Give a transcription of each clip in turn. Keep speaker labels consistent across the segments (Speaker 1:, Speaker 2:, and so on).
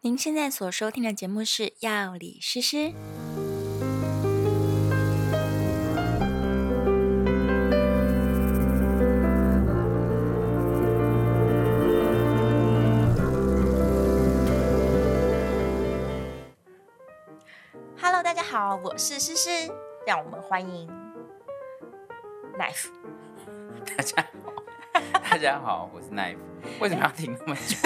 Speaker 1: 您现在所收听的节目是《药理诗诗》。Hello，大家好，我是诗诗，让我们欢迎 Knife。
Speaker 2: 大家好，大家好，我是 Knife。为什么要停那 么久？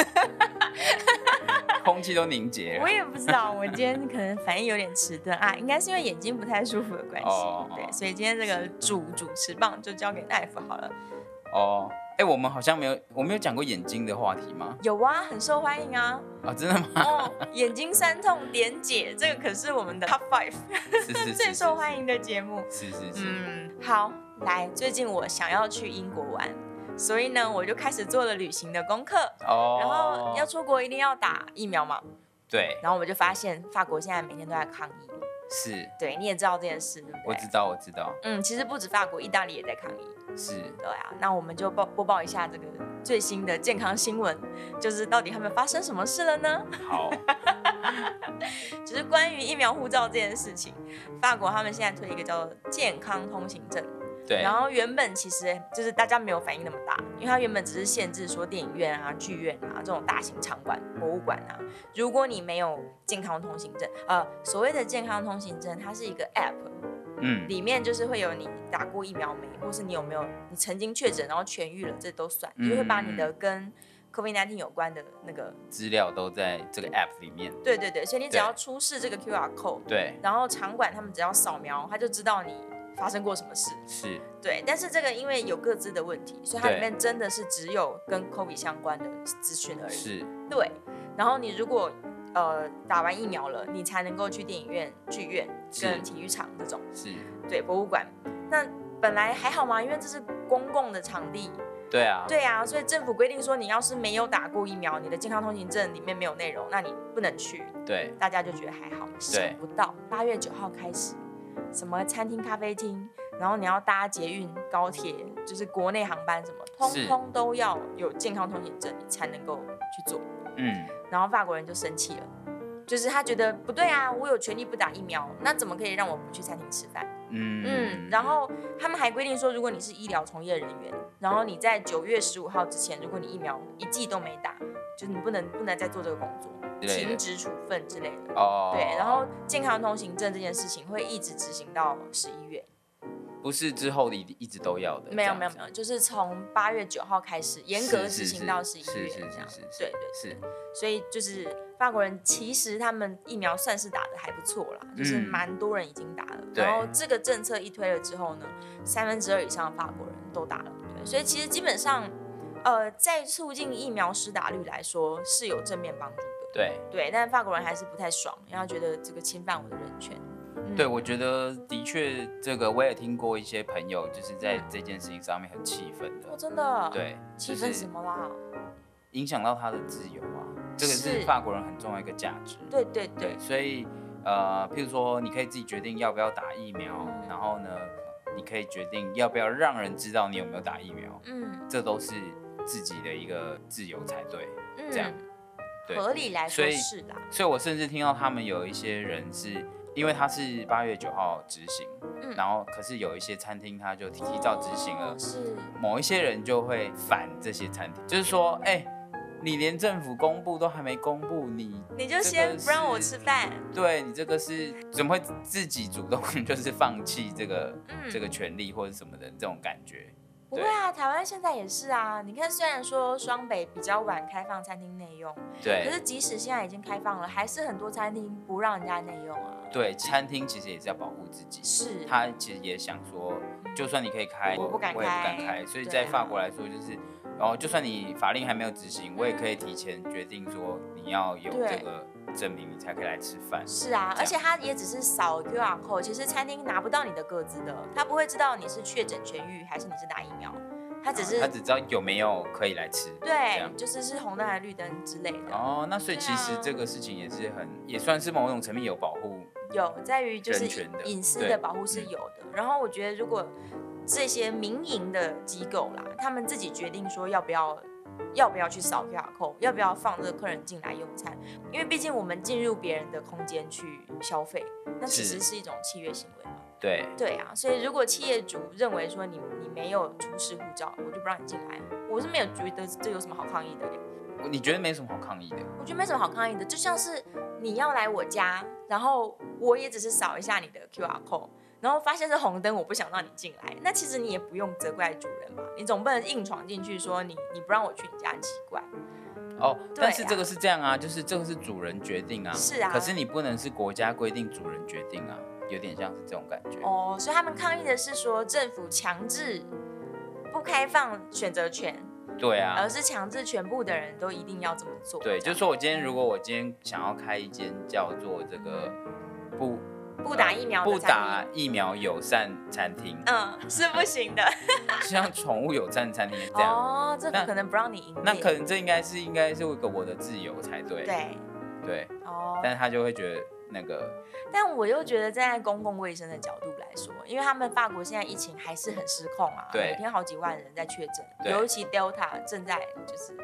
Speaker 2: 空气都凝结
Speaker 1: 我
Speaker 2: 了。
Speaker 1: 也不知道，我今天可能反应有点迟钝啊，应该是因为眼睛不太舒服的关系。
Speaker 2: 哦哦哦
Speaker 1: 对，所以今天这个主主持棒就交给奈夫好了。
Speaker 2: 哦，哎，我们好像没有，我没有讲过眼睛的话题吗？
Speaker 1: 有啊，很受欢迎 啊。
Speaker 2: 啊，真的 吗？
Speaker 1: 哦，眼睛酸痛点解，这个可是我们的 Top Five
Speaker 2: 是是是，
Speaker 1: 最受欢
Speaker 2: 迎。
Speaker 1: 迎的节目。
Speaker 2: 是是是，
Speaker 1: 嗯，好，来，最近我想要去英国玩，所以呢，我就开始做了旅行的功课。
Speaker 2: 哦，
Speaker 1: 嗯然后要出国一定要打疫苗嘛，
Speaker 2: 对，
Speaker 1: 然后我就发现法国现在每天都在抗议，
Speaker 2: 是，
Speaker 1: 对，你也知道这件事对不
Speaker 2: 我
Speaker 1: 对
Speaker 2: 知？道，我知道，
Speaker 1: 嗯，其实不止法国，意大利也在抗议。
Speaker 2: 是，
Speaker 1: 对啊，那我们就报播报一下这个最新的健康新闻，就是到底他们发生什么事了呢？
Speaker 2: 好，
Speaker 1: 就是关于疫苗护照这件事情，法国他们现在推一个叫做健康通行证，
Speaker 2: 对
Speaker 1: 然，后原本其实就是大家没有反应那么大，因为它原本只是限制说电影院啊、剧院啊这种大型场馆、博物馆啊，如果你没有健康通行证，呃，所谓的健康通行证，它是一个 app，
Speaker 2: 嗯，
Speaker 1: 里面就是会有你打过疫苗没，或是你有没有你曾经确诊然后痊愈了，这都算，
Speaker 2: 嗯
Speaker 1: 就会把你的跟 COVID-19 有关的那个，
Speaker 2: 资料都在这个 App 里面。
Speaker 1: 对对对，所以你只
Speaker 2: 对
Speaker 1: 要出示这个 QR code，
Speaker 2: 对，
Speaker 1: 然后场馆他们只要扫描，他就知道你发生过什么事。
Speaker 2: 是，
Speaker 1: 对，但是这个因为有各自的问题，所以它
Speaker 2: 对
Speaker 1: 里面真的是只有跟 COVID 相关的资讯而已。
Speaker 2: 是，
Speaker 1: 对，然后你如果呃打完疫苗了，你才能够去电影院、剧院
Speaker 2: 是
Speaker 1: 跟体育场这种。
Speaker 2: 是，
Speaker 1: 对，博物馆。那本来还好嘛，因为这是公共的场地。
Speaker 2: 对啊，
Speaker 1: 对啊，所以政府规定说，你要是没有打过疫苗，你的健康通行证里面没有内容，那你不能去。
Speaker 2: 对，
Speaker 1: 大家就觉得还好，想不到八月九号开始，什么餐厅、咖啡厅，然后你要搭捷运、高铁，就是国内航班什么，通
Speaker 2: 是
Speaker 1: 通都要有健康通行证，你才能够去做。
Speaker 2: 嗯，
Speaker 1: 然后法国人就生气了，就是他觉得不对啊，我有权利不打疫苗，那怎么可以让我不去餐厅吃饭？
Speaker 2: 嗯，
Speaker 1: 嗯，然后他们还规定说，如果你是医疗从业人员，然后你在九月十五号之前，如果你疫苗一剂都没打，就是你不能不能再做这个工作，
Speaker 2: 之类的
Speaker 1: 停职处分之类的。
Speaker 2: 哦，
Speaker 1: 对，然后健康通行证这件事情会一直执行到十一月，
Speaker 2: 不是之后一一直都要的，
Speaker 1: 没有
Speaker 2: 这
Speaker 1: 没有
Speaker 2: 样子
Speaker 1: 没有，就是从八月九号开始严格执行到十一月
Speaker 2: 是
Speaker 1: 这
Speaker 2: 是
Speaker 1: 样
Speaker 2: 是是，是
Speaker 1: 对对，
Speaker 2: 是
Speaker 1: 所以就是法国人其实他们疫苗算是打的还不错啦，就是蛮多人已经打了。
Speaker 2: 嗯对
Speaker 1: 然后这个政策一推了之后呢，三分之二以上的法国人都打了，对，所以其实基本上，呃，在促进疫苗施打率来说是有正面帮助的。
Speaker 2: 对
Speaker 1: 对，但法国人还是不太爽，因为他觉得这个侵犯我的人权。嗯
Speaker 2: 对，我觉得的确这个我也听过一些朋友就是在这件事情上面很气愤
Speaker 1: 嗯哦，
Speaker 2: 的，
Speaker 1: 真的，，
Speaker 2: 对，
Speaker 1: 气
Speaker 2: 就
Speaker 1: 氛
Speaker 2: 是
Speaker 1: 什么啦？
Speaker 2: 影响到他的自由啊，这个
Speaker 1: 是
Speaker 2: 是法国人很重要一个价值，
Speaker 1: 对对对
Speaker 2: 对，，所以呃，譬如说你可以自己决定要不要打疫苗
Speaker 1: 嗯，
Speaker 2: 然后呢，你可以决定要不要让人知道你有没有打疫苗，
Speaker 1: 嗯
Speaker 2: 这都是自己的一个自由才对，
Speaker 1: 嗯，
Speaker 2: 这样对
Speaker 1: 合理来说
Speaker 2: 所以
Speaker 1: 是啦，
Speaker 2: 所以我甚至听到他们有一些人是因为他是八月九号执行，
Speaker 1: 嗯
Speaker 2: 然后可是有一些餐厅他就提提早执行了
Speaker 1: 哦，是，
Speaker 2: 某一些人就会反这些餐厅，就是说，哎、你连政府公布都还没公布，你
Speaker 1: 你就先不让我吃饭。
Speaker 2: 对你这个是怎么会自己主动 就是放弃这个、
Speaker 1: 嗯
Speaker 2: 这个权利或者什么的这种感觉？
Speaker 1: 不会啊，台湾现在也是啊。你看，虽然说双北比较晚开放餐厅内用，可
Speaker 2: 对
Speaker 1: 是即使现在已经开放了，还是很多餐厅不让人家内用啊。
Speaker 2: 对，餐厅其实也是要保护自己，
Speaker 1: 是，嗯
Speaker 2: 他其实也想说，就算你可以开，
Speaker 1: 我不敢
Speaker 2: 我也不
Speaker 1: 开
Speaker 2: 敢开。所以
Speaker 1: 对
Speaker 2: 在
Speaker 1: 啊
Speaker 2: 法国来说，就是，哦，就算你法令还没有执行，我也可以提前决定说你要有
Speaker 1: 对
Speaker 2: 这个证明，你才可以来吃饭。
Speaker 1: 是啊，
Speaker 2: 这样
Speaker 1: 而且他也只是扫 QR code，其实餐厅拿不到你的个资的，他不会知道你是确诊痊愈还是你是打疫苗，他只是、
Speaker 2: 他啊只知道有没有可以来吃。这
Speaker 1: 对
Speaker 2: 样，
Speaker 1: 就是是红灯还是绿灯之类的。
Speaker 2: 哦，那所以
Speaker 1: 对啊
Speaker 2: 其实这个事情也是很，也算是某种层面有保护。
Speaker 1: 有在于就是
Speaker 2: 人权的
Speaker 1: 隐私
Speaker 2: 对嗯
Speaker 1: 的保护是有的。然后我觉得如果这些民营的机构啦，他们自己决定说要不要要不要去扫 QR code，要不要放这个客人进来用餐，因为毕竟我们进入别人的空间去消费，那其
Speaker 2: 是
Speaker 1: 实是一种契约行为嘛。
Speaker 2: 对，
Speaker 1: 对啊，所以如果企业主认为说你你没有出示护照，我就不让你进来，我是没有觉得这有什么好抗议的耶，
Speaker 2: 你觉得没什么好抗议的？
Speaker 1: 我觉得没什么好抗议的，就像是你要来我家，然后我也只是扫一下你的 QR code。然后发现是红灯，我不想让你进来。那其实你也不用责怪主人嘛，你总不能硬闯进去说你你不让我去你家很奇怪。
Speaker 2: 哦，
Speaker 1: 对
Speaker 2: 但是这
Speaker 1: 啊
Speaker 2: 个是这样啊，就是这个是主人决定啊，
Speaker 1: 是啊
Speaker 2: 可是你不能是国家规定主人决定啊，有点像是这种感觉。
Speaker 1: 哦，所以他们抗议的是说政府强制不开放选择权，
Speaker 2: 对啊，
Speaker 1: 而是强制全部的人都一定要这么做。
Speaker 2: 对，
Speaker 1: 这
Speaker 2: 就
Speaker 1: 样
Speaker 2: 是说我今天如果我今天想要开一间叫做这个不
Speaker 1: 不打疫苗的
Speaker 2: 不
Speaker 1: 餐厅
Speaker 2: 打疫苗友善餐厅，
Speaker 1: 嗯，是不行的。
Speaker 2: 就像宠物友善餐厅 这样，
Speaker 1: 哦，这
Speaker 2: 那
Speaker 1: 个可能不让你营业。
Speaker 2: 那可能这应该是应该是一个我的自由才对。
Speaker 1: 对
Speaker 2: 对，
Speaker 1: 哦，
Speaker 2: 但是他就会觉得那个
Speaker 1: 但我又觉得站在公共卫生的角度来说，因为他们法国现在疫情还是很失控啊，
Speaker 2: 对
Speaker 1: 每天好几万人在确诊，
Speaker 2: 对
Speaker 1: 尤其 Delta 正在就是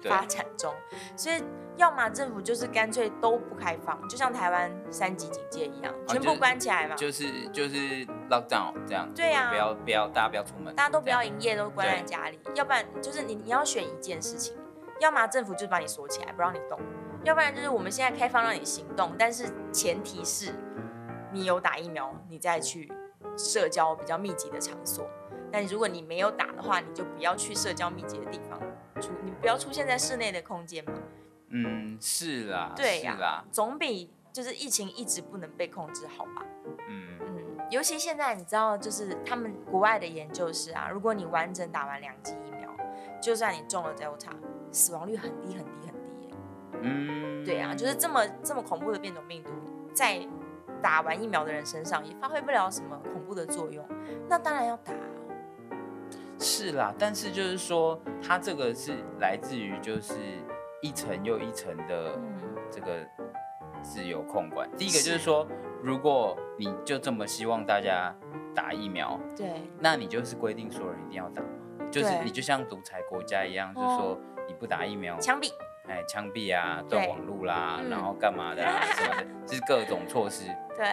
Speaker 2: 对
Speaker 1: 发展中，所以要么政府就是干脆都不开放，就像台湾三级警戒一样，
Speaker 2: 啊
Speaker 1: 全
Speaker 2: 就
Speaker 1: 部
Speaker 2: 是
Speaker 1: 关起来嘛。
Speaker 2: 就是就是 lockdown 这样，
Speaker 1: 对啊
Speaker 2: 不要不要大家不要出门，
Speaker 1: 大家都不要
Speaker 2: 这样
Speaker 1: 营业，都关在家里，要不然就是你你要选一件事情，要么政府就把你锁起来，不让你动，要不然就是我们现在开放让你行动，但是前提是你有打疫苗，你再去社交比较密集的场所。但如果你没有打的话，你就不要去社交密集的地方，出你不要出现在室内的空间嘛。
Speaker 2: 嗯是啦，
Speaker 1: 对
Speaker 2: 是
Speaker 1: 呀、
Speaker 2: 啦，
Speaker 1: 总比就是疫情一直不能被控制好吧？
Speaker 2: 嗯
Speaker 1: 嗯，尤其现在你知道，就是他们国外的研究是啊，如果你完整打完两剂疫苗，就算你中了 Delta，死亡率很低很低很低耶。
Speaker 2: 嗯，
Speaker 1: 对啊，就是这么这么恐怖的变种病毒，在打完疫苗的人身上也发挥不了什么恐怖的作用。那当然要打啊，
Speaker 2: 是啦，但是就是说，它这个是来自于就是一层又一层的
Speaker 1: 嗯，
Speaker 2: 这个自由控管。第一个
Speaker 1: 是
Speaker 2: 就是说，如果你就这么希望大家打疫苗，
Speaker 1: 对，
Speaker 2: 那你就是规定所有人一定要打嘛，就是
Speaker 1: 对
Speaker 2: 你就像独裁国家一样，就
Speaker 1: 哦
Speaker 2: 说你不打疫苗，
Speaker 1: 枪毙，
Speaker 2: 哎，枪毙啊，断
Speaker 1: 对
Speaker 2: 网路啦，
Speaker 1: 嗯
Speaker 2: 然后干嘛的啊 什么的，就是各种措施。
Speaker 1: 对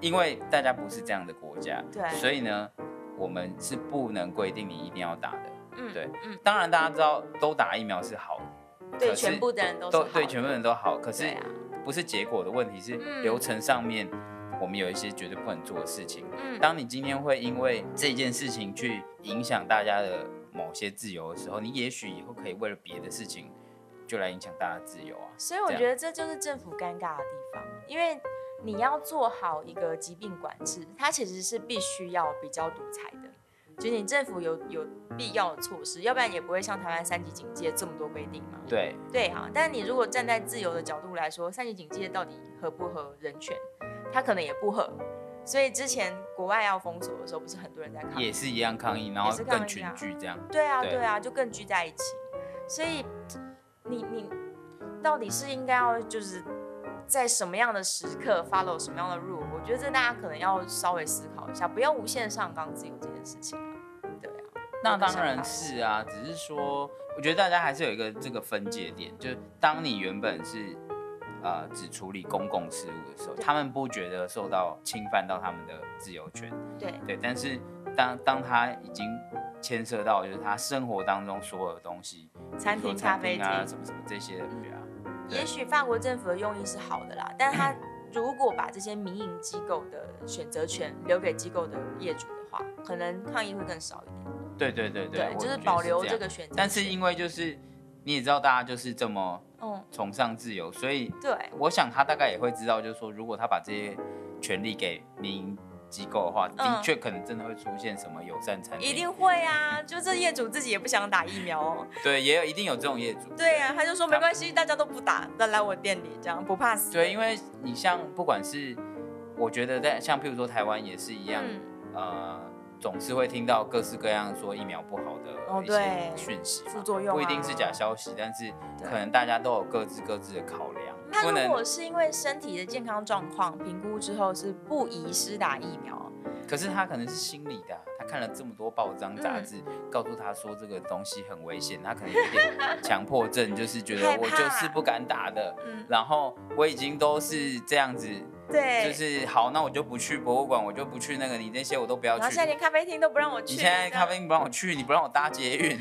Speaker 2: 因为大家不是这样的国家，
Speaker 1: 对
Speaker 2: 所以呢，我们是不能规定你一定要打的。
Speaker 1: 嗯
Speaker 2: 对
Speaker 1: 嗯，
Speaker 2: 当然，大家知道都打疫苗是好的，
Speaker 1: 对
Speaker 2: 可是
Speaker 1: 全部的人都是
Speaker 2: 都
Speaker 1: 好
Speaker 2: 对
Speaker 1: 的
Speaker 2: 全部人都好，可
Speaker 1: 对
Speaker 2: 是
Speaker 1: 啊，
Speaker 2: 不是结果的问题，是
Speaker 1: 嗯
Speaker 2: 流程上面我们有一些绝对不能做的事情。
Speaker 1: 嗯，
Speaker 2: 当你今天会因为这件事情去影响大家的某些自由的时候，你也许以后可以为了别的事情就来影响大家的自由啊。
Speaker 1: 所以我
Speaker 2: 这样
Speaker 1: 觉得这就是政府尴尬的地方，因为你要做好一个疾病管制，它其实是必须要比较独裁的，就是你政府有有必要的措施，要不然也不会像台湾三级警戒这么多规定嘛。
Speaker 2: 对，
Speaker 1: 对啊，但你如果站在自由的角度来说，三级警戒到底合不合人权，它可能也不合。所以之前国外要封锁的时候，不是很多人在抗议
Speaker 2: 也是一样抗议，然后
Speaker 1: 也是抗议
Speaker 2: 更
Speaker 1: 啊
Speaker 2: 群聚这样。
Speaker 1: 对啊，
Speaker 2: 对
Speaker 1: 对啊，就更聚在一起。所以你你到底是应该要就是在什么样的时刻 follow 什么样的 rule？我觉得这大家可能要稍微思考一下，不要无限上纲自由这件事情啊。对啊，
Speaker 2: 那
Speaker 1: 我的
Speaker 2: 当
Speaker 1: 想
Speaker 2: 然
Speaker 1: 法
Speaker 2: 是啊，只是说，我觉得大家还是有一个这个分界点，就是当你原本是呃只处理公共事务的时候，他们不觉得受到侵犯到他们的自由权，
Speaker 1: 对
Speaker 2: 对。但是当当他已经牵涉到就是他生活当中所有的东西，
Speaker 1: 餐
Speaker 2: 比如
Speaker 1: 厅、
Speaker 2: 说
Speaker 1: 咖
Speaker 2: 餐
Speaker 1: 啡
Speaker 2: 厅
Speaker 1: 厅，嗯
Speaker 2: 啊什么什么这些的，对啊，对
Speaker 1: 也许法国政府的用意是好的啦，但他如果把这些民营机构的选择权留给机构的业主的话，可能抗议会更少一点。
Speaker 2: 对对对
Speaker 1: 对，
Speaker 2: 我
Speaker 1: 就
Speaker 2: 觉
Speaker 1: 是
Speaker 2: 得
Speaker 1: 保留
Speaker 2: 这
Speaker 1: 这
Speaker 2: 样。
Speaker 1: 个选择权。
Speaker 2: 但是因为就是你也知道，大家就是这么
Speaker 1: 嗯，
Speaker 2: 崇尚自由，所以
Speaker 1: 对，
Speaker 2: 我想他大概也会知道，就是说，如果他把这些权利给民营机构的话，的
Speaker 1: 嗯
Speaker 2: 确可能真的会出现什么友善餐厅，
Speaker 1: 一定会啊，就这业主自己也不想打疫苗哦。
Speaker 2: 对，也有一定有这种业主。
Speaker 1: 对啊，他就说没关系，大家都不打，那来我店里这样不怕死。
Speaker 2: 对，因
Speaker 1: 为
Speaker 2: 为你像不管是我觉得在像譬如说台湾也是一样，
Speaker 1: 嗯
Speaker 2: 呃，总是会听到各式各样说疫苗不好
Speaker 1: 哦
Speaker 2: 的一些
Speaker 1: 对
Speaker 2: 讯息嘛、
Speaker 1: 副作用啊
Speaker 2: 不一定是假消息，但是
Speaker 1: 对
Speaker 2: 可能大家都有各自各自的考量，
Speaker 1: 他
Speaker 2: 不
Speaker 1: 如
Speaker 2: 能
Speaker 1: 果是因为身体的健康状况评估之后是不宜施打疫苗，哦
Speaker 2: 可是他可能是心理的啊、他看了这么多报章杂志，
Speaker 1: 嗯
Speaker 2: 告诉他说这个东西很危险，他可能有点强迫症，就是觉得
Speaker 1: 害
Speaker 2: 我
Speaker 1: 怕
Speaker 2: 就是不敢打的，
Speaker 1: 嗯，
Speaker 2: 然后我已经都是这样子，
Speaker 1: 对，
Speaker 2: 就是好，那我就不去博物馆，我就不去那个，你那些我都不要
Speaker 1: 然后
Speaker 2: 去
Speaker 1: 现在。连咖啡厅都不让我去，
Speaker 2: 你现在咖啡
Speaker 1: 这样
Speaker 2: 厅不让我去，你不让我搭 捷运，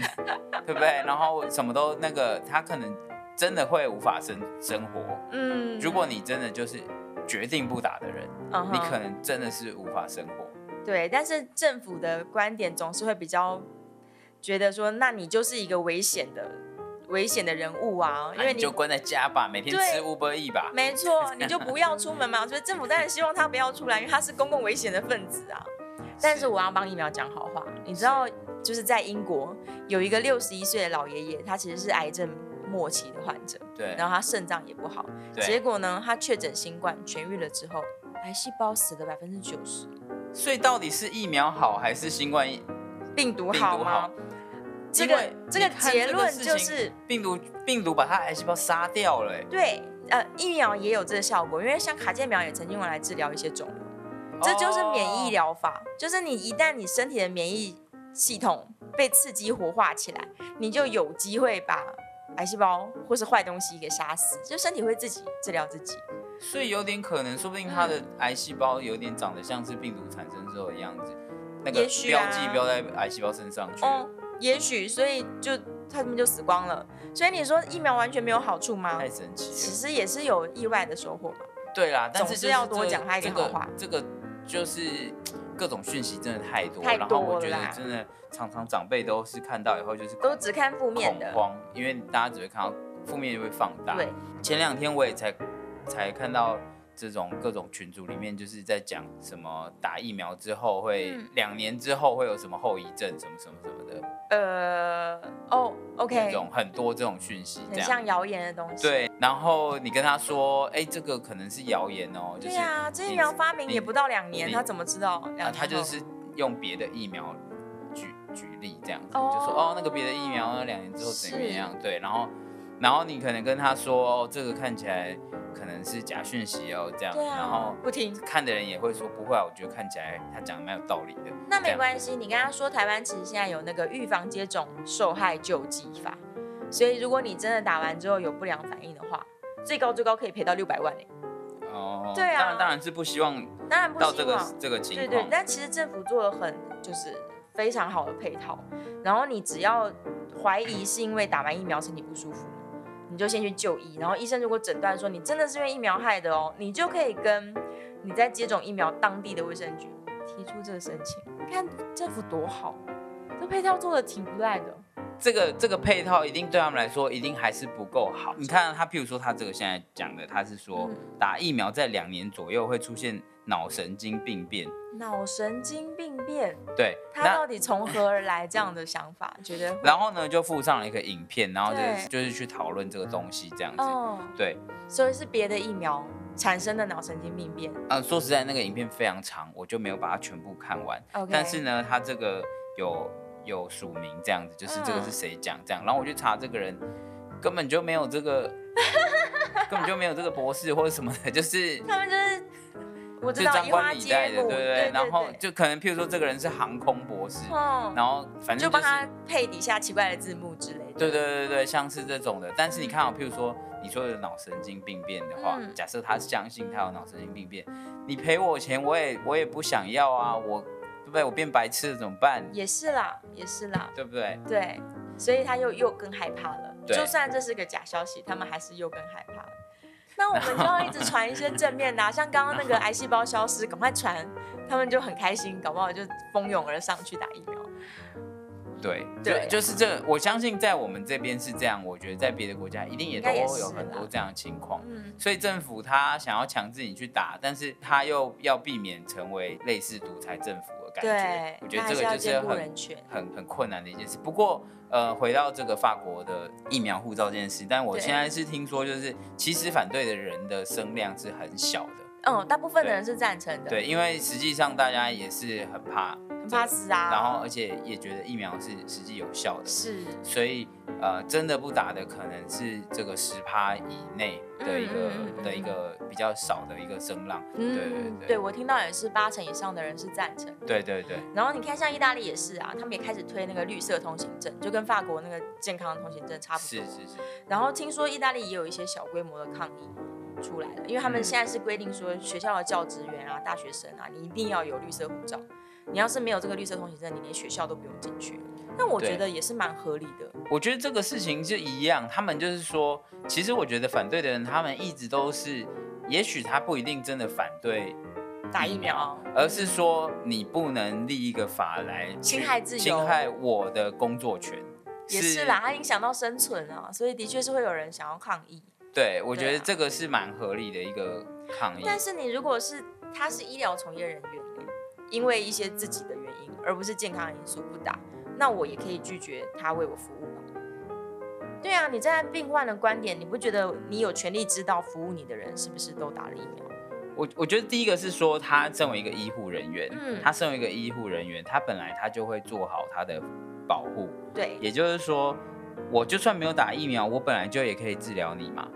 Speaker 2: 对不对？然后什么都那个，他可能真的会无法生生活。
Speaker 1: 嗯，
Speaker 2: 如果你真的就是决定不打的人，
Speaker 1: 嗯哼
Speaker 2: 你可能真的是无法生活。
Speaker 1: 对，但是政府的观点总是会比较觉得说，那你就是一个危险的危险的人物啊，因
Speaker 2: 啊
Speaker 1: 为
Speaker 2: 你就关在家吧，每天吃
Speaker 1: 对
Speaker 2: Uber E 吧。
Speaker 1: 没错，你就不要出门嘛。所以政府当然希望他不要出来，因为他是公共危险的分子啊。但是我要帮疫苗讲好话，你知道，就是在英国有一个六十一岁的老爷爷，他其实是癌症末期的患者，
Speaker 2: 对
Speaker 1: 然后他肾脏也不好，结
Speaker 2: 对，
Speaker 1: 果呢，他确诊新冠痊愈了之后，癌细胞死了百分之九十，
Speaker 2: 所以到底是疫苗好还是新冠疫
Speaker 1: 病毒
Speaker 2: 病
Speaker 1: 好
Speaker 2: 毒
Speaker 1: 吗
Speaker 2: 好？？
Speaker 1: 这
Speaker 2: 因
Speaker 1: 个
Speaker 2: 为
Speaker 1: 这个
Speaker 2: 你看
Speaker 1: 结
Speaker 2: 这个
Speaker 1: 论
Speaker 2: 事
Speaker 1: 就
Speaker 2: 情
Speaker 1: 是
Speaker 2: 病毒病毒把它癌细胞杀掉了、欸，
Speaker 1: 对，呃，疫苗也有这个效果，因为像卡介苗也曾经用来治疗一些肿瘤。这就是免疫
Speaker 2: 哦。
Speaker 1: 疗法，就是你一旦你身体的免疫系统被刺激活化起来，你就有机会把癌细胞或是坏东西给杀死，就身体会自己治疗自己。
Speaker 2: 所以有点可能，说不定它
Speaker 1: 嗯
Speaker 2: 的癌细胞有点长得像是病毒产生之后的样子，那个
Speaker 1: 也许啊
Speaker 2: 标记标在癌细胞身上去了。
Speaker 1: 哦，也许所以就他们就死光了。所以你说疫苗完全没有好处吗
Speaker 2: 太？神奇了。
Speaker 1: 其实也是有意外的收获嘛。
Speaker 2: 对啦，但
Speaker 1: 总
Speaker 2: 是
Speaker 1: 是
Speaker 2: 就是
Speaker 1: 要
Speaker 2: 这
Speaker 1: 多讲他一个好话
Speaker 2: 这个、这个就是各种讯息真的太多，
Speaker 1: 太
Speaker 2: 然后
Speaker 1: 多
Speaker 2: 我
Speaker 1: 了
Speaker 2: 觉得
Speaker 1: 啦
Speaker 2: 真的常常长辈都是看到以后就是
Speaker 1: 都只看负面
Speaker 2: 恐
Speaker 1: 的，
Speaker 2: 慌，因为大家只会看到负面就会放大。
Speaker 1: 对，
Speaker 2: 前两天我也才才看到这种各种群组里面就是在讲什么打疫苗之后会
Speaker 1: 嗯
Speaker 2: 两、年之后会有什么后遗症什么什么什么的
Speaker 1: 呃，哦
Speaker 2: 这
Speaker 1: ，OK，
Speaker 2: 种很多这种讯息这
Speaker 1: 很
Speaker 2: 样。
Speaker 1: 像谣言的东西。
Speaker 2: 对，然后你跟他说，哎、这个可能是谣言哦、就是
Speaker 1: 对啊，这疫
Speaker 2: 你
Speaker 1: 苗发明
Speaker 2: 你
Speaker 1: 也不到两年，
Speaker 2: 你
Speaker 1: 他怎么知道？两
Speaker 2: 啊，
Speaker 1: 年
Speaker 2: 他就
Speaker 1: 后
Speaker 2: 是用别的疫苗举举例这样子，
Speaker 1: 哦
Speaker 2: 就说哦那个别的疫苗那两年之后怎么样？对，然后然后你可能跟他说、哦、这个看起来可能是假讯息哦这样，
Speaker 1: 对啊，
Speaker 2: 然后
Speaker 1: 不听。
Speaker 2: 看的人也会说不会啊，我觉得看起来他讲的蛮有道理的。
Speaker 1: 那
Speaker 2: 这
Speaker 1: 没
Speaker 2: 样
Speaker 1: 关系，你跟他说台湾其实现在有那个预防接种受害救济法，所以如果你真的打完之后有不良反应的话，最高最高可以赔到六百万诶、
Speaker 2: 哦，
Speaker 1: 对啊
Speaker 2: 当然当然是不希望
Speaker 1: 当然不
Speaker 2: 到
Speaker 1: 希
Speaker 2: 这个
Speaker 1: 望，
Speaker 2: 这个情
Speaker 1: 对对
Speaker 2: 况，。
Speaker 1: 但其实政府做了很就是非常好的配套，然后你只要怀疑是因为打完疫苗身体不舒服，你就先去就医，然后医生如果诊断说你真的是因为疫苗害的哦，你就可以跟你在接种疫苗当地的卫生局提出这个申请。看政府多好，这配套做的挺不赖的。哦
Speaker 2: 这个这个配套一定对他们来说一定还是不够好。你看他，譬如说他这个现在讲的，他是说
Speaker 1: 嗯
Speaker 2: 打疫苗在两年左右会出现脑神经病变，
Speaker 1: 脑神经病变，
Speaker 2: 对，
Speaker 1: 他
Speaker 2: 那
Speaker 1: 到底从何而来？这样的想法，觉得
Speaker 2: 然后呢就附上了一个影片，然后就是
Speaker 1: 对
Speaker 2: 就是去讨论这个东西这样子，
Speaker 1: 哦，
Speaker 2: 对，
Speaker 1: 所以是别的疫苗产生的脑神经病变。
Speaker 2: 呃，说实在那个影片非常长，我就没有把它全部看完，
Speaker 1: OK，
Speaker 2: 但是呢，他这个有有署名这样子，就是这个
Speaker 1: 嗯
Speaker 2: 是谁讲这样，然后我去查这个人根本就没有这个， 根本就没有这个博士或者什么的，就是。
Speaker 1: 他们就是我
Speaker 2: 就
Speaker 1: 知道
Speaker 2: 张
Speaker 1: 移
Speaker 2: 冠
Speaker 1: 花
Speaker 2: 李
Speaker 1: 接
Speaker 2: 戴的，
Speaker 1: 木，
Speaker 2: 对不对？然后就可能，譬如说这个人是航空博士，
Speaker 1: 哦，
Speaker 2: 然后反
Speaker 1: 就
Speaker 2: 正就
Speaker 1: 帮
Speaker 2: 是，
Speaker 1: 他配底下奇怪的字幕之类的。
Speaker 2: 对对对对，像是这种的。但是你看啊，譬如说你说有脑神经病变的话，
Speaker 1: 嗯
Speaker 2: 假设他相信他有脑神经病变，你赔我钱，我也我也不想要啊，我对不对？我变白痴了怎么办？
Speaker 1: 也是啦，也是啦，
Speaker 2: 对不对？
Speaker 1: 对，所以他又又更害怕了。
Speaker 2: 对
Speaker 1: 就算这是个假消息，他们还是又更害怕了。那我们就要一直传一些正面的、 啊，像刚刚那个癌细胞消失，赶快传，他们就很开心，搞不好就蜂拥而上去打疫苗。
Speaker 2: 对，
Speaker 1: 对
Speaker 2: 就就是这，我相信在我们这边是这样，我觉得在别的国家一定也
Speaker 1: 应
Speaker 2: 都
Speaker 1: 该也
Speaker 2: 会有
Speaker 1: 是
Speaker 2: 很多
Speaker 1: 啦
Speaker 2: 这样的情况。
Speaker 1: 嗯，
Speaker 2: 所以政府他想要强制你去打，但是他又要避免成为类似独裁政府的感觉
Speaker 1: 对。，
Speaker 2: 我觉
Speaker 1: 那还
Speaker 2: 得这
Speaker 1: 是
Speaker 2: 个
Speaker 1: 要
Speaker 2: 就是
Speaker 1: 兼顾
Speaker 2: 很
Speaker 1: 人权。
Speaker 2: 很很困难的一件事。不过呃，回到这个法国的疫苗护照这件事，但我
Speaker 1: 对
Speaker 2: 现在是听说，就是其实反对的人的声量是很小的，
Speaker 1: 嗯，大部分的
Speaker 2: 对
Speaker 1: 人是赞成的，
Speaker 2: 对，因为实际上大家也是很怕，
Speaker 1: 很怕死啊。
Speaker 2: 然后而且也觉得疫苗是实际有效的，
Speaker 1: 是，
Speaker 2: 所以呃真的不打的可能是这个十趴以内的一个、
Speaker 1: 嗯嗯嗯嗯
Speaker 2: 的一个比较少的一个声浪，
Speaker 1: 嗯，
Speaker 2: 对对对
Speaker 1: 对我听到也是八成以上的人是赞成。
Speaker 2: 对对对，
Speaker 1: 然后你看，像意大利也是啊，他们也开始推那个绿色通行证，就跟法国那个健康通行证差不多。
Speaker 2: 是是是，
Speaker 1: 然后听说意大利也有一些小规模的抗议出来了，因为他们
Speaker 2: 嗯
Speaker 1: 现在是规定说，学校的教职员啊、大学生啊，你一定要有绿色护照。你要是没有这个绿色通行证，你连学校都不用进去。但我觉
Speaker 2: 对
Speaker 1: 得也是蛮合理的。
Speaker 2: 我觉得这个事情是一样，他们就是说，其实我觉得反对的人，他们一直都是，也许他不一定真的反对，
Speaker 1: 打疫苗，
Speaker 2: 而是说你不能立一个法来去
Speaker 1: 侵害自由
Speaker 2: 侵害我的工作权。
Speaker 1: 也是啦，，它影响到生存啊，所以的确是会有人想要抗议。
Speaker 2: 对，我觉
Speaker 1: 对
Speaker 2: 得
Speaker 1: 啊
Speaker 2: 这个是蛮合理的一个抗议。
Speaker 1: 但是你如果是他是医疗从业人员，因为一些自己的原因，而不是健康因素不打，那我也可以拒绝他为我服务吧？对啊，你站在病患的观点，你不觉得你有权利知道服务你的人是不是都打了疫苗？
Speaker 2: 我我觉得第一个是说，他身为一个医护人员，
Speaker 1: 嗯
Speaker 2: 他身为一个医护人员，他本来他就会做好他的保护，
Speaker 1: 对，
Speaker 2: 也就是说，我就算没有打疫苗，我本来就也可以治疗你嘛。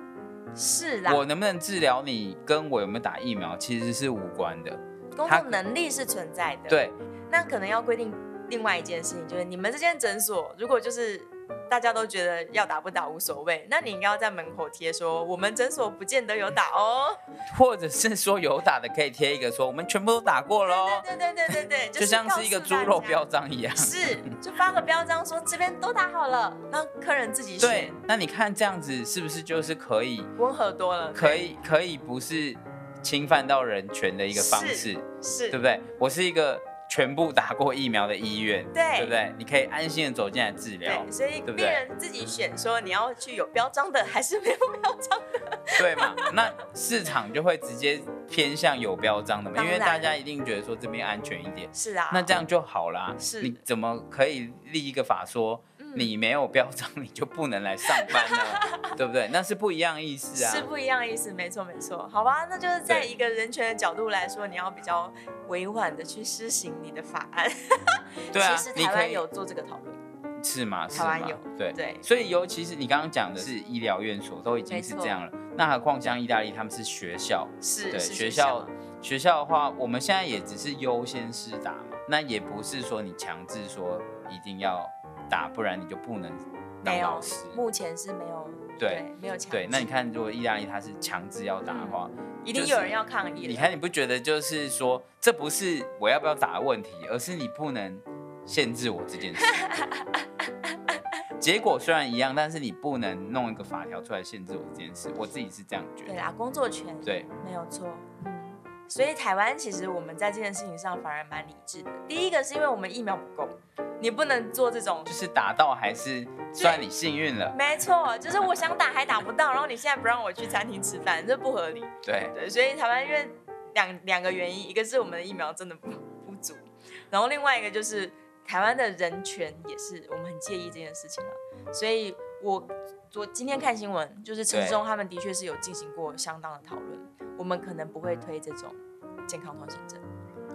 Speaker 1: 是啦，
Speaker 2: 我能不能治疗你，跟我有没有打疫苗其实是无关的。
Speaker 1: 工
Speaker 2: 他
Speaker 1: 作能力是存在的。，
Speaker 2: 对，
Speaker 1: 那可能要规定另外一件事情，就是你们这间诊所如果就是。大家都觉得要打不打无所谓，那你应该要在门口贴说我们诊所不见得有打哦。
Speaker 2: 或者是说有打的可以贴一个说我们全部都打过喽，
Speaker 1: 对对对对对，
Speaker 2: 就像是一个猪肉 标
Speaker 1: 志，
Speaker 2: 章一样。
Speaker 1: 是就发个标章说这边都打好了，让客人自己
Speaker 2: 对
Speaker 1: 选，，
Speaker 2: 那你看这样子是不是就是可以，
Speaker 1: 温和多了，
Speaker 2: 可以，可以不是侵犯到人权的一个方式，
Speaker 1: 是
Speaker 2: 对不对？我是一个全部打过疫苗的医院，
Speaker 1: 对
Speaker 2: 对不对？你可以安心的走进来治疗
Speaker 1: 对，，所以
Speaker 2: 对不
Speaker 1: 病
Speaker 2: 对
Speaker 1: 人自己选说你要去有标章的还是没有 标章的，
Speaker 2: 对嘛？ 那市场就会直接偏向有标章的嘛，
Speaker 1: 当
Speaker 2: 因为
Speaker 1: 然
Speaker 2: 大家一定觉得说这边安全一点。
Speaker 1: 是啊，
Speaker 2: 那这样就好啦。
Speaker 1: 是嗯
Speaker 2: 你怎么可以立一个法说、你没有标章你就不能来上班 呢？对不对？那是不一样意思啊。
Speaker 1: 是不一样的意思，没错没错，好吧，那就是在
Speaker 2: 对
Speaker 1: 一个人权的角度来说，你要比较委婉的去施行你的法案。
Speaker 2: 对啊，
Speaker 1: 其实
Speaker 2: 你
Speaker 1: 台
Speaker 2: 可
Speaker 1: 湾
Speaker 2: 以
Speaker 1: 有做这个讨论，
Speaker 2: 是吗？是
Speaker 1: 台湾
Speaker 2: 吗
Speaker 1: 有？
Speaker 2: 对
Speaker 1: 对
Speaker 2: 所以尤其是你刚刚讲的是医疗院所都已经是
Speaker 1: 没错
Speaker 2: 这样了，那何况像意大利他们是学校，
Speaker 1: 是
Speaker 2: 对
Speaker 1: 是
Speaker 2: 学校嗯学校的话，我们现在也只是优先施打嘛，那也不是说你强制说一定要打，不然你就不能当
Speaker 1: 没有
Speaker 2: 老师。，
Speaker 1: 目前是没有
Speaker 2: 对，
Speaker 1: 没有强
Speaker 2: 对，那你
Speaker 1: 制
Speaker 2: 看，如果意大利它是强制要打
Speaker 1: 嗯
Speaker 2: 的话，
Speaker 1: 一定
Speaker 2: 就是
Speaker 1: 有人要抗议了，
Speaker 2: 你看，你不觉得就是说，这不是我要不要打的问题，而是你不能限制我这件 事。结果虽然一样，但是你不能弄一个法条出来限制我这件事。我自己是这样觉
Speaker 1: 对
Speaker 2: 得。
Speaker 1: 啦，工作权
Speaker 2: 对，
Speaker 1: 没有错，嗯，所以台湾其实我们在这件事情上反而蛮理智的。第一个是因为我们疫苗不够，你不能做这种
Speaker 2: 就，是打到还是算你幸运了。
Speaker 1: 没错，就是我想打还打不到，然后你现在不让我去餐厅吃饭，这不合理。
Speaker 2: 对，
Speaker 1: 对，所以台湾因为两两个原因，一个是我们的疫苗真的不不足，然后另外一个就是台湾的人权也是我们很介意这件事情啊，所以我昨今天看新闻，就是陈志忠他们的确是有进行过相当的讨论，我们可能不会推这种健康通行证，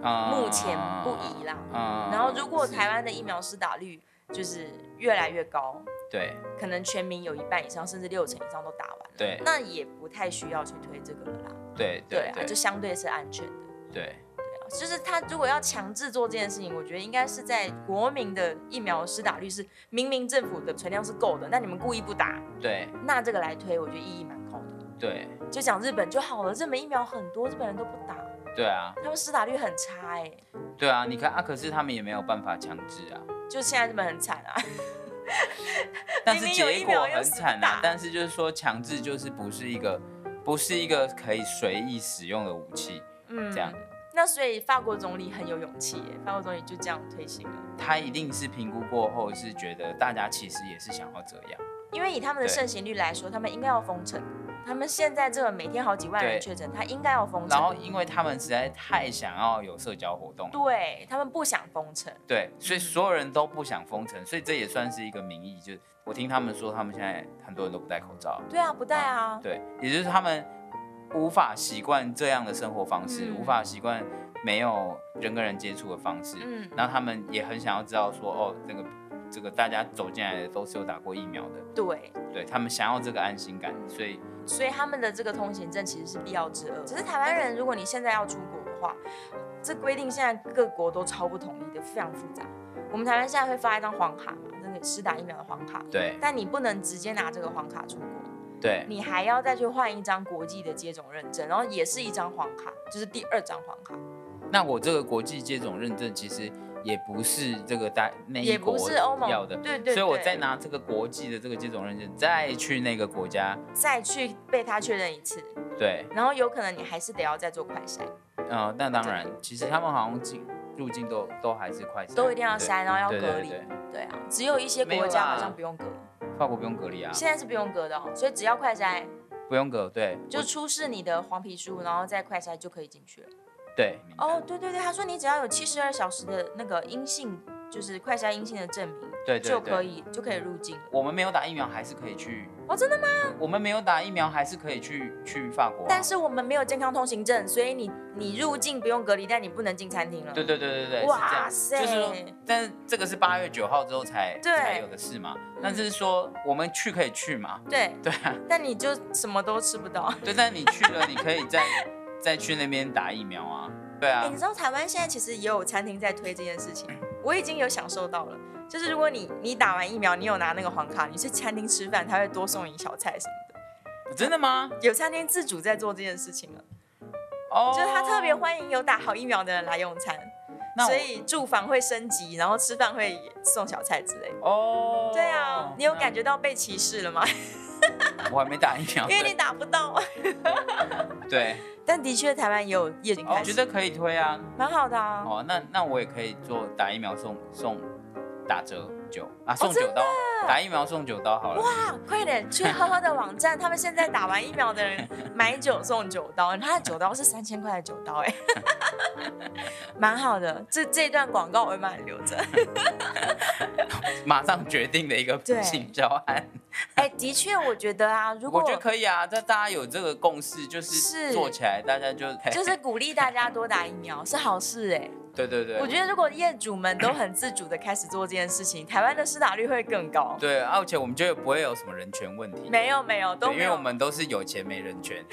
Speaker 2: 嗯
Speaker 1: 目前不宜啦。
Speaker 2: 嗯
Speaker 1: 然后如果
Speaker 2: 是
Speaker 1: 台湾的疫苗施打率就是越来越高，
Speaker 2: 对
Speaker 1: 可能全民有一半以上，甚至六成以上都打完了，
Speaker 2: 对
Speaker 1: 那也不太需要去推这个了啦。
Speaker 2: 对
Speaker 1: 对
Speaker 2: 对
Speaker 1: 啊，就
Speaker 2: 对
Speaker 1: 相对是安全的。
Speaker 2: 对，
Speaker 1: 对啊，就是他如果要强制做这件事情，我觉得应该是在国民的疫苗施打率是明明政府的存量是够的，那你们故意不打，
Speaker 2: 对
Speaker 1: 那这个来推，我觉得意义蛮高的。
Speaker 2: 对
Speaker 1: 就讲日本就好了，日本疫苗很多，日本人都不打，
Speaker 2: 对啊
Speaker 1: 他们施打率很差哎、
Speaker 2: 对啊！你看啊，可是他们也没有办法强制啊。
Speaker 1: 就现在日本很惨啊。
Speaker 2: 但是结
Speaker 1: 明明
Speaker 2: 果很
Speaker 1: 有疫苗又
Speaker 2: 惨
Speaker 1: 死
Speaker 2: 啊
Speaker 1: 打！
Speaker 2: 但是就是说，强制就是不是一个，不是一个可以随意使用的武器。
Speaker 1: 嗯，
Speaker 2: 这样。
Speaker 1: 那所以法国总理很有勇气耶、法国总理就这样推行了。
Speaker 2: 他一定是评估过后是觉得大家其实也是想要这样，
Speaker 1: 因为以他们的
Speaker 2: 对
Speaker 1: 盛行率来说，他们应该要封城。他们现在这个每天好几万人
Speaker 2: 对
Speaker 1: 确诊，他应该要封
Speaker 2: 然后
Speaker 1: 城。
Speaker 2: 因为他们实在太想要有社交活动，
Speaker 1: 对他们不想封城，
Speaker 2: 对，所以所有人都不想封城，所以这也算是一个民意。就是我听他们说，他们现在很多人都不戴口罩，
Speaker 1: 对啊，不戴啊。
Speaker 2: 对，也就是他们无法习惯这样的生活方式，
Speaker 1: 嗯
Speaker 2: 无法习惯没有人跟人接触的方式，
Speaker 1: 嗯，
Speaker 2: 然后他们也很想要知道说，哦，这个这个大家走进来的都是有打过疫苗的，
Speaker 1: 对，
Speaker 2: 对他们想要这个安心
Speaker 1: 嗯
Speaker 2: 感，所以
Speaker 1: 所以他们的这个通行证其实是必要之二。只是台湾人，如果你现在要出国的话，这规定现在各国都超不统一的，非常复杂。我们台湾现在会发一张黄卡嘛，那个施打疫苗的黄卡，
Speaker 2: 对
Speaker 1: 但你不能直接拿这个黄卡出国，
Speaker 2: 对
Speaker 1: 你还要再去换一张国际的接种认证，然后也是一张黄卡，就是第二张黄卡，
Speaker 2: 那我这个国际接种认证其实也不是这个大那一
Speaker 1: 也
Speaker 2: 国
Speaker 1: 不是欧盟
Speaker 2: 要的，
Speaker 1: 对对对，
Speaker 2: 所以我再拿这个国际的这个接种认证再去那个国家，
Speaker 1: 再去被他确认一次，
Speaker 2: 对，
Speaker 1: 然后有可能你还是得要再做快筛，
Speaker 2: 呃，那当然，其实他们好像进入境都都还是快筛，
Speaker 1: 都一定要
Speaker 2: 对
Speaker 1: 筛，然后要
Speaker 2: 对
Speaker 1: 隔
Speaker 2: 对
Speaker 1: 离。
Speaker 2: 对，
Speaker 1: 对啊，只有一些
Speaker 2: 没有
Speaker 1: 国家好
Speaker 2: 啦
Speaker 1: 像不用隔离。
Speaker 2: 法国不用隔离啊，
Speaker 1: 现在是不用隔的哦，所以只要快筛，
Speaker 2: 不用隔，对，
Speaker 1: 就
Speaker 2: 我
Speaker 1: 出示你的黄皮书，然后再快筛就可以进去了。
Speaker 2: 对，明白
Speaker 1: 哦，对对对，他说你只要有七十二小时的那个阴性，就是快筛阴性的证明，
Speaker 2: 对对
Speaker 1: 就可
Speaker 2: 对，
Speaker 1: 以就可以入境了。
Speaker 2: 我们没有打疫苗还是可以去，
Speaker 1: 哦，真的吗？
Speaker 2: 我们没有打疫苗还是可以去去法国啊、
Speaker 1: 但是我们没有健康通行证，所以你你入境不用隔离，但你不能进餐厅了。
Speaker 2: 对对对对对，
Speaker 1: 哇
Speaker 2: 是这样，就是
Speaker 1: 塞
Speaker 2: 说，但是这个是八月九号之后才
Speaker 1: 对嗯
Speaker 2: 才有的事嘛。那就是说，我们去可以去嘛，
Speaker 1: 对
Speaker 2: 对啊，
Speaker 1: 但你就什么都吃不到。
Speaker 2: 对，但你去了，你可以再再去那边打疫苗啊，对
Speaker 1: 哎、
Speaker 2: 啊
Speaker 1: 你，知道台湾现在其实也有餐厅在推这件事情，我已经有享受到了。就是如果你你打完疫苗，你有拿那个黄卡，你去餐厅吃饭，他会多送你小菜什么的。
Speaker 2: 真的吗？
Speaker 1: 有餐厅自主在做这件事情了，
Speaker 2: 哦，
Speaker 1: 就是他特别欢迎有打好疫苗的人来用餐，
Speaker 2: 那我
Speaker 1: 所以住房会升级，然后吃饭会送小菜之类的。
Speaker 2: 哦，
Speaker 1: 对啊，你有感觉
Speaker 2: 觉？
Speaker 1: 到被歧视了 吗？
Speaker 2: 我还没打疫苗，
Speaker 1: 因为你打不到。
Speaker 2: 对对，
Speaker 1: 但的确，台湾也有夜景
Speaker 2: 哦我
Speaker 1: 开
Speaker 2: 觉
Speaker 1: 始，
Speaker 2: 得可以推啊。
Speaker 1: 蛮好的啊。
Speaker 2: 哦，那那我也可以做打疫苗送送打折酒啊，送酒刀，打疫苗送酒刀好了。
Speaker 1: 哦哇，快点 去喝喝的网站，他们现在打完疫苗的人买酒送酒刀，他的酒刀是三千块的酒刀、哎， 蛮好的。这这一段广告我会帮你留 着。
Speaker 2: 马上决定的一个
Speaker 1: 对
Speaker 2: 性交案。
Speaker 1: 哎、的确，我觉得啊，如果
Speaker 2: 我觉得可以啊，这大家有这个共识，就是
Speaker 1: 是
Speaker 2: 做起来，大家就
Speaker 1: 就是鼓励大家多打疫苗是好事哎、
Speaker 2: 对对对，
Speaker 1: 我觉得如果业主们都很自主的开始做这件事情，台湾的施打率会更高。
Speaker 2: 对，啊而且我们就不会有什么人权问题，
Speaker 1: 没有没有，都
Speaker 2: 对，因
Speaker 1: 没
Speaker 2: 为
Speaker 1: 有，
Speaker 2: 我们都是有钱没人权，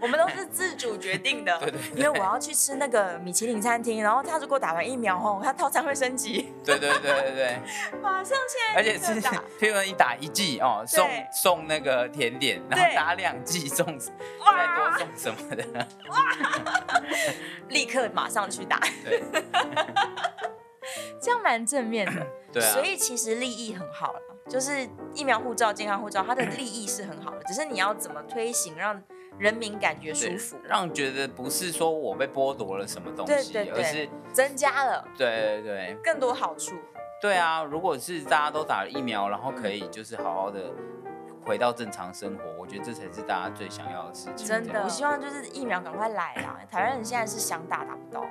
Speaker 1: 我们都是自主决定的。
Speaker 2: 对对
Speaker 1: 因
Speaker 2: 对
Speaker 1: 为我要去吃那个米其林餐厅，然后他如果打完疫苗哦，他套餐会升级，
Speaker 2: 对对对对对，
Speaker 1: 马上现在
Speaker 2: 而且
Speaker 1: 立刻
Speaker 2: 是
Speaker 1: 打
Speaker 2: 譬如你打一剂哦，送
Speaker 1: 对
Speaker 2: 送那个甜点，然后
Speaker 1: 对
Speaker 2: 打两剂送再多
Speaker 1: 哇，
Speaker 2: 送什么的，
Speaker 1: 立刻马上去打，
Speaker 2: 对
Speaker 1: 这样蛮正面的。
Speaker 2: 对啊
Speaker 1: 所，以其实利益很好了，就是疫苗护照、健康护照，它的利益是很好的，只是你要怎么推行，让人民感觉舒
Speaker 2: 对
Speaker 1: 服，
Speaker 2: 让觉得不是说我被剥夺了什么东西，
Speaker 1: 对对
Speaker 2: 而
Speaker 1: 对
Speaker 2: 是
Speaker 1: 增加了
Speaker 2: 对对对
Speaker 1: 更多好处。
Speaker 2: 对啊，如果是大家都打了疫苗，然后可以就是好好的回到正常生活，我觉得这才是大家最想要的事情。
Speaker 1: 真
Speaker 2: 这
Speaker 1: 的，
Speaker 2: 样
Speaker 1: 我希望就是疫苗赶快来啦！台湾人现在是想打打不到。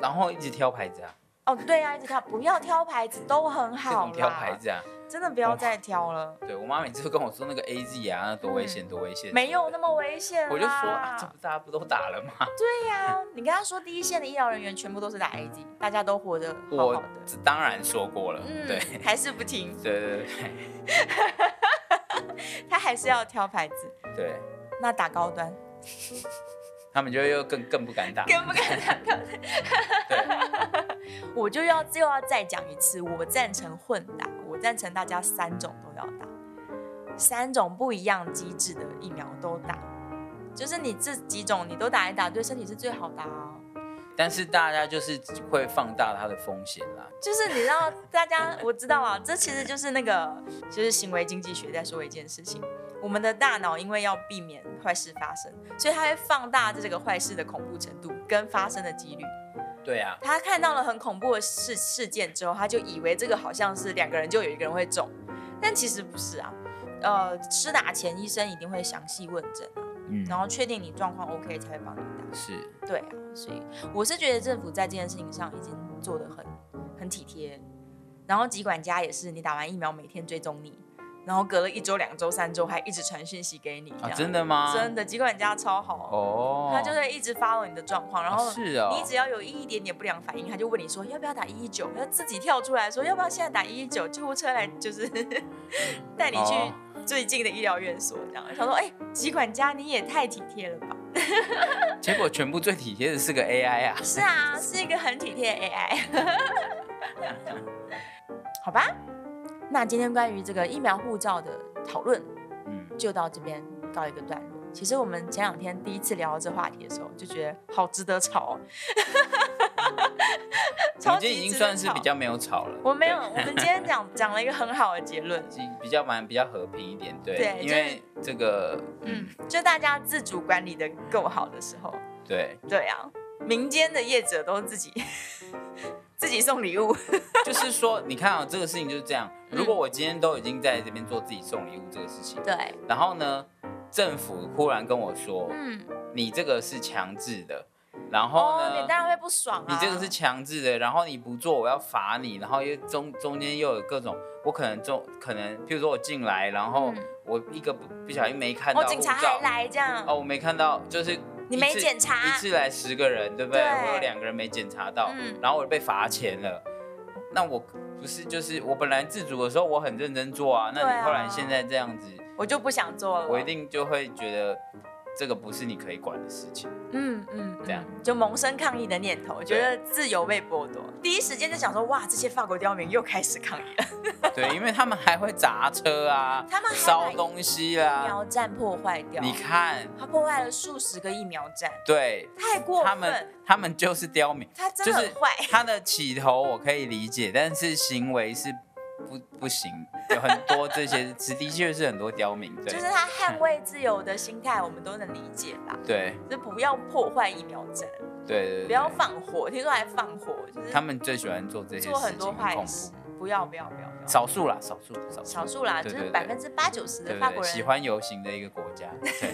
Speaker 2: 然后一直挑牌子啊，
Speaker 1: 哦，对啊，一直挑，不要挑牌子都很
Speaker 2: 各
Speaker 1: 好
Speaker 2: 种
Speaker 1: 啦，
Speaker 2: 挑牌子啊。
Speaker 1: 真的不要再挑了，
Speaker 2: 对我妈每次都跟我说那个 A Z 啊，那多危险，多危险。
Speaker 1: 嗯没有那么危险啦。
Speaker 2: 我就说啊，这不大家不都打了吗？
Speaker 1: 对呀、你跟他说第一线的医疗人员全部都是打 A Z，大家都活得好好
Speaker 2: 我
Speaker 1: 的。
Speaker 2: 当然说过了，
Speaker 1: 嗯
Speaker 2: 对。，
Speaker 1: 还是不听，
Speaker 2: 对对对
Speaker 1: 他还是要挑牌子。
Speaker 2: 对对，
Speaker 1: 那打高端，
Speaker 2: 他们就又更更不敢打。
Speaker 1: 敢不敢打高端？ 我就要又要再讲一次，我赞成混打，我赞成大家三种都要打，三种不一样机制的疫苗都打，就是你这几种你都打一打，对身体是最好的、啊。
Speaker 2: 但是大家就是会放大它的风险啦。
Speaker 1: 就是你知道，大家我知道啊，这其实就是那个就是行为经济学在说一件事情。我们的大脑因为要避免坏事发生，所以它会放大这个坏事的恐怖程度跟发生的几率。
Speaker 2: 对啊，
Speaker 1: 他看到了很恐怖的事事件之后，他就以为这个好像是两个人就有一个人会中，但其实不是啊。呃，施打前医生一定会详细问诊啊，
Speaker 2: 嗯，
Speaker 1: 然后确定你状况 OK 才会帮你打。
Speaker 2: 是
Speaker 1: 对啊，所以我是觉得政府在这件事情上已经做得很很体贴，然后疾管家也是，你打完疫苗每天追踪你，然后隔了一周、两周、三周还一直传讯息给你，这
Speaker 2: 啊，
Speaker 1: 样
Speaker 2: 真的吗？
Speaker 1: 真的，疾管家超好，
Speaker 2: 哦，
Speaker 1: 他就会一直 follow 你的状况，然
Speaker 2: 啊
Speaker 1: 后
Speaker 2: 是哦，
Speaker 1: 你只要有一点点不良反应，他就问你说要不要打一一九，他自己跳出来说要不要现在打一一九，救护车来就是 带你去
Speaker 2: 哦
Speaker 1: 最近的医疗院所这样。想说，哎、疾管家你也太体贴了吧？
Speaker 2: 结果全部最体贴的是个 AI 啊，
Speaker 1: 是啊，是一个很体贴的 AI。好吧，那今天关于这个疫苗护照的讨论
Speaker 2: 嗯，
Speaker 1: 就到这边告一个段落。其实我们前两天第一次聊到这话题的时候，就觉得好值得吵哦，
Speaker 2: 我
Speaker 1: 超
Speaker 2: 们
Speaker 1: 级
Speaker 2: 今天已经
Speaker 1: 值得
Speaker 2: 算是
Speaker 1: 吵
Speaker 2: 比较没有吵了，
Speaker 1: 我没有，我们今天讲讲了一个很好的结 论，
Speaker 2: 对，比较蛮比较和平一点，对，
Speaker 1: 对
Speaker 2: 因
Speaker 1: 就是
Speaker 2: 为这个，
Speaker 1: 嗯
Speaker 2: 嗯，，
Speaker 1: 就大家自主管理的够好的时候，
Speaker 2: 对，
Speaker 1: 对啊，民间的业者都自己 自己送礼物，
Speaker 2: 就是说，你看啊、这个事情就是这样，
Speaker 1: 嗯
Speaker 2: 如果我今天都已经在这边做自己送礼物这个事情，
Speaker 1: 对，
Speaker 2: 然后呢，政府忽然跟我说，
Speaker 1: 嗯，
Speaker 2: 你这个是强制的，然后
Speaker 1: 哦，
Speaker 2: 呢
Speaker 1: 你，当然会不爽啊，
Speaker 2: 你这个是强制的，然后你不做，我要罚你，然后又中中间又有各种，我可能中可能，譬如说我进来，然后
Speaker 1: 嗯
Speaker 2: 我一个不不小心没看到
Speaker 1: 哦，
Speaker 2: 护
Speaker 1: 警察还
Speaker 2: 照，
Speaker 1: 来这样，
Speaker 2: 哦，我没看到，就是
Speaker 1: 你
Speaker 2: 一
Speaker 1: 没
Speaker 2: 次
Speaker 1: 检查
Speaker 2: 一次来十个人，对不对？
Speaker 1: 对
Speaker 2: 我有两个人没检查到，
Speaker 1: 嗯
Speaker 2: 然后我被罚钱了，那我不是就是我本来自主的时候我很认真做啊，那
Speaker 1: 对
Speaker 2: 你
Speaker 1: 啊
Speaker 2: 后来现在这样子，
Speaker 1: 我就不想做了，
Speaker 2: 我一，定就会觉得这个不是你可以管的事情。
Speaker 1: 嗯嗯，
Speaker 2: 这样
Speaker 1: 嗯就萌生抗议的念头，觉得自由被剥夺，第一时间就想说，哇，这些法国刁民又开始抗议了，
Speaker 2: 对，因为他们还会砸车啊，
Speaker 1: 他们还
Speaker 2: 烧
Speaker 1: 把
Speaker 2: 东西
Speaker 1: 疫
Speaker 2: 啦、
Speaker 1: 苗站破坏掉，
Speaker 2: 啊你看，
Speaker 1: 他破坏了数十个疫苗站，
Speaker 2: 对
Speaker 1: 太过
Speaker 2: 他
Speaker 1: 分哎
Speaker 2: 们。，他们就是刁民，
Speaker 1: 他真
Speaker 2: 就
Speaker 1: 的
Speaker 2: 是
Speaker 1: 很坏，
Speaker 2: 他的起头我可以理解，但是行为是不不行，有很多这些，是的确是很多刁民，对、
Speaker 1: 就是他捍卫自由的心态，我们都能理解吧？
Speaker 2: 对
Speaker 1: 就是不要破坏疫苗站，
Speaker 2: 对对对，
Speaker 1: 不要放火，听说还放火，就是
Speaker 2: 他们最喜欢做这些事情，
Speaker 1: 做很多
Speaker 2: 很
Speaker 1: 坏
Speaker 2: 恐
Speaker 1: 事
Speaker 2: 怖，，
Speaker 1: 不要不要不要不要，
Speaker 2: 少数啦，少数少数，
Speaker 1: 少数啦，就
Speaker 2: 对
Speaker 1: 是
Speaker 2: 对对
Speaker 1: 百分之八九十
Speaker 2: 对
Speaker 1: 的
Speaker 2: 不
Speaker 1: 法国
Speaker 2: 对？喜
Speaker 1: 人，
Speaker 2: 欢游行的一个国家，对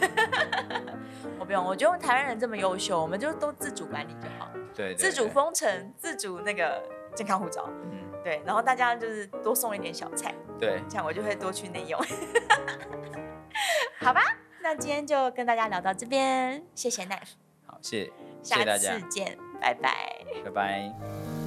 Speaker 1: 我不用，我觉得台湾人这么优秀，我们就都自主管理就好，
Speaker 2: 对对，
Speaker 1: 自主
Speaker 2: 对，
Speaker 1: 封城，自主那个健康护照，
Speaker 2: 嗯，
Speaker 1: 对，然后大家就是多送一点小菜，
Speaker 2: 对，
Speaker 1: 这样我就会多去内用， 好吧？那今天就跟大家聊到这边，谢谢奈夫。
Speaker 2: 好，谢谢谢
Speaker 1: 下
Speaker 2: 谢大家
Speaker 1: 次，见，拜拜。
Speaker 2: 拜拜。
Speaker 3: Thank